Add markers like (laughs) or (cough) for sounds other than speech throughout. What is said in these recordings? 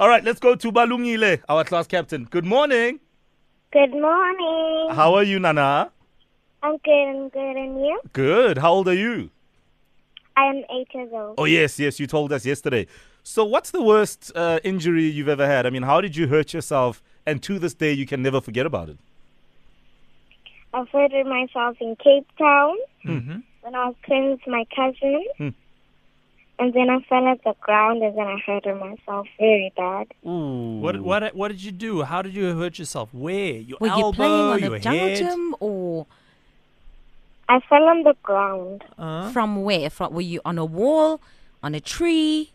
All right, let's go to Balungile, our class captain. Good morning. Good morning. How are you, Nana? I'm good. I'm good. And you? Good. How old are you? I am eight years old. Oh, yes, yes, you told us yesterday. So, what's the worst uh, injury you've ever had? I mean, how did you hurt yourself? And to this day, you can never forget about it. I furthered myself in Cape Town when I was playing with my cousin. Hmm. And then I fell at the ground and then I hurted myself very bad. Ooh. What, what what did you do? How did you hurt yourself? Where? Your Were elbow, you playing on your the jungle head? gym or I fell on the ground. Uh, from where? From, were you on a wall, on a tree?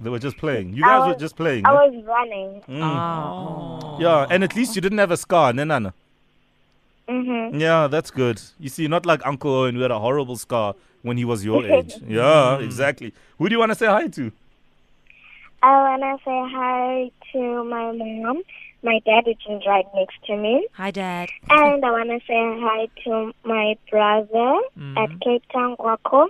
They were just playing. You I guys were was- just playing. I huh? was running. Oh. Yeah, and at least you didn't have a scar, ne, Nana? Mm-hmm. Yeah, that's good. You see, not like Uncle Owen who had a horrible scar when he was your age. Yeah, exactly. Who do you want to say hi to? I want to say hi to my mom, my dad, which is right next to me. Hi, Dad. And I want to say hi to my brother at Cape Town, Wako,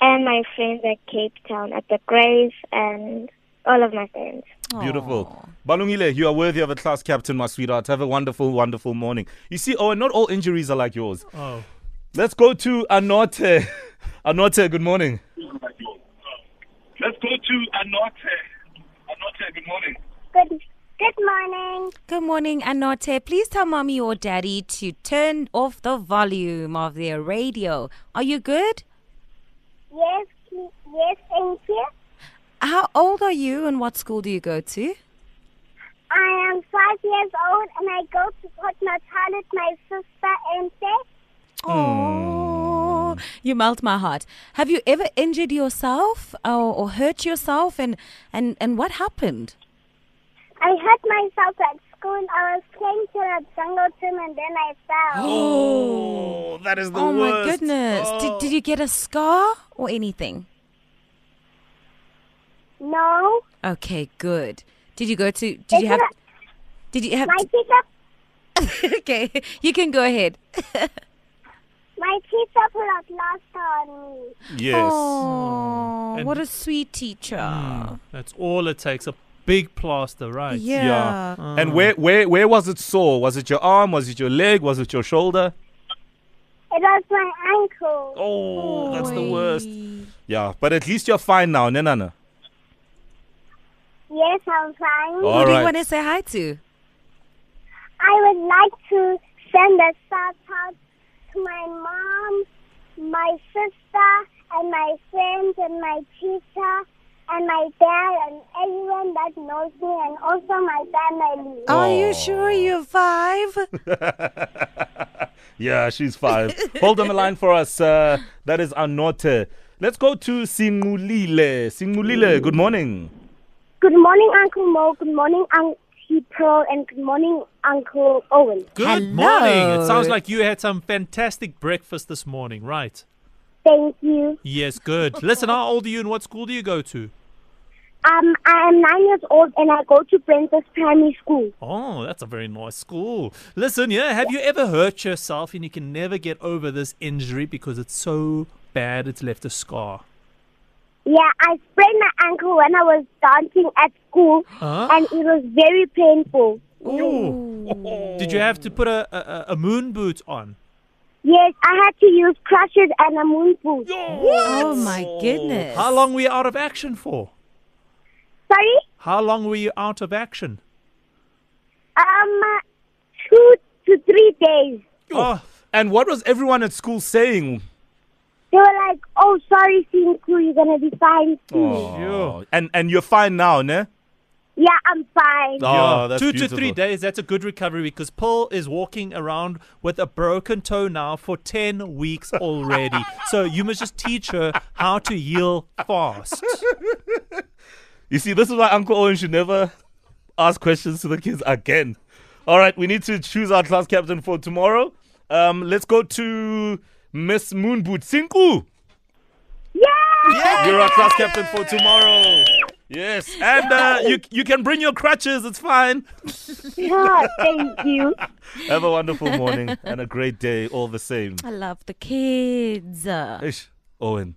and my friends at Cape Town, at the Grace, and all of my friends. Beautiful. Balungile, you are worthy of a class captain, my sweetheart. Have a wonderful, wonderful morning. You see, Owen, not all injuries are like yours. oh. Let's go to Anote. (laughs) Anote, good morning. Let's go to Anote. Anote, good morning. Good, good morning. Good morning, Anote. Please tell mommy or daddy to turn off the volume of their radio. Are you good? Yes, yes, thank you. How old are you and what school do you go to? I am five years old, and I go to Port Natal with my sister and Oh, you melt my heart. Have you ever injured yourself or, or hurt yourself and, and, and what happened? I hurt myself at school. I was playing to a jungle gym, and then I fell. (gasps) Oh, that is the oh my worst. Oh. goodness. Did, did you get a scar or anything? No, Okay, good. Did you go to did It's you have not- (laughs) did you have my teacher, (laughs) Okay, you can go ahead. my teacher put a plaster on me. Yes. Mm. Oh, And- what a sweet teacher. That's all it takes. A big plaster, right? Yeah. Yeah. And where, where, where was it sore? Was it your arm? Was it your leg? Was it your shoulder? It was my ankle. Oh, that's the Oy. worst. Yeah, but at least you're fine now, ne, Nana? Yes, I'm fine. Oh. Who All do you right. want to say hi to? I would like to send a shout out to my mom, my sister, and my friends, and my teacher, and my dad, and everyone that knows me, and also my family. Are you sure (laughs) you're five? Yeah, she's five. Hold on the line for us. Uh, that is Anote. Let's go to Singulile. Singulile, good morning. Good morning, Uncle Mo. Good morning, Auntie Pearl, and good morning, Uncle Owen. Good Hello. morning. It sounds like you had some fantastic breakfast this morning, right? Thank you. Yes, (laughs) good. Listen, how old are you and what school do you go to? Um, I am nine years old, and I go to Princess Primary School. Oh, that's a very nice school. Listen, yeah, have you ever hurt yourself and you can never get over this injury because it's so bad it's left a scar? Yeah, I sprained my ankle when I was dancing at school, Huh? and it was very painful. Did you have to put a, a, a moon boot on? Yes, I had to use crutches and a moon boot. Oh my goodness. How long were you out of action for? Sorry, How long were you out of action? um, uh, two to three days. Oh, And what was everyone at school saying? They were like, "Oh, sorry, Sinku, you're gonna be fine soon." Oh, and and you're fine now, ne? Yeah, I'm fine. Oh, that's two to beautiful. three days. That's a good recovery because Paul is walking around with a broken toe now for 10 weeks already. (laughs) so you must just teach her how to heal fast. You see, this is why Uncle Owen should never ask questions to the kids again. All right, we need to choose our class captain for tomorrow. Um, let's go to Miss Moonboot. Sinku, Yeah, (laughs) you're our class captain for tomorrow. Yes, and uh, you you can bring your crutches. It's fine. yeah, thank you. Have a wonderful morning and a great day all the same. I love the kids. Ish, Owen,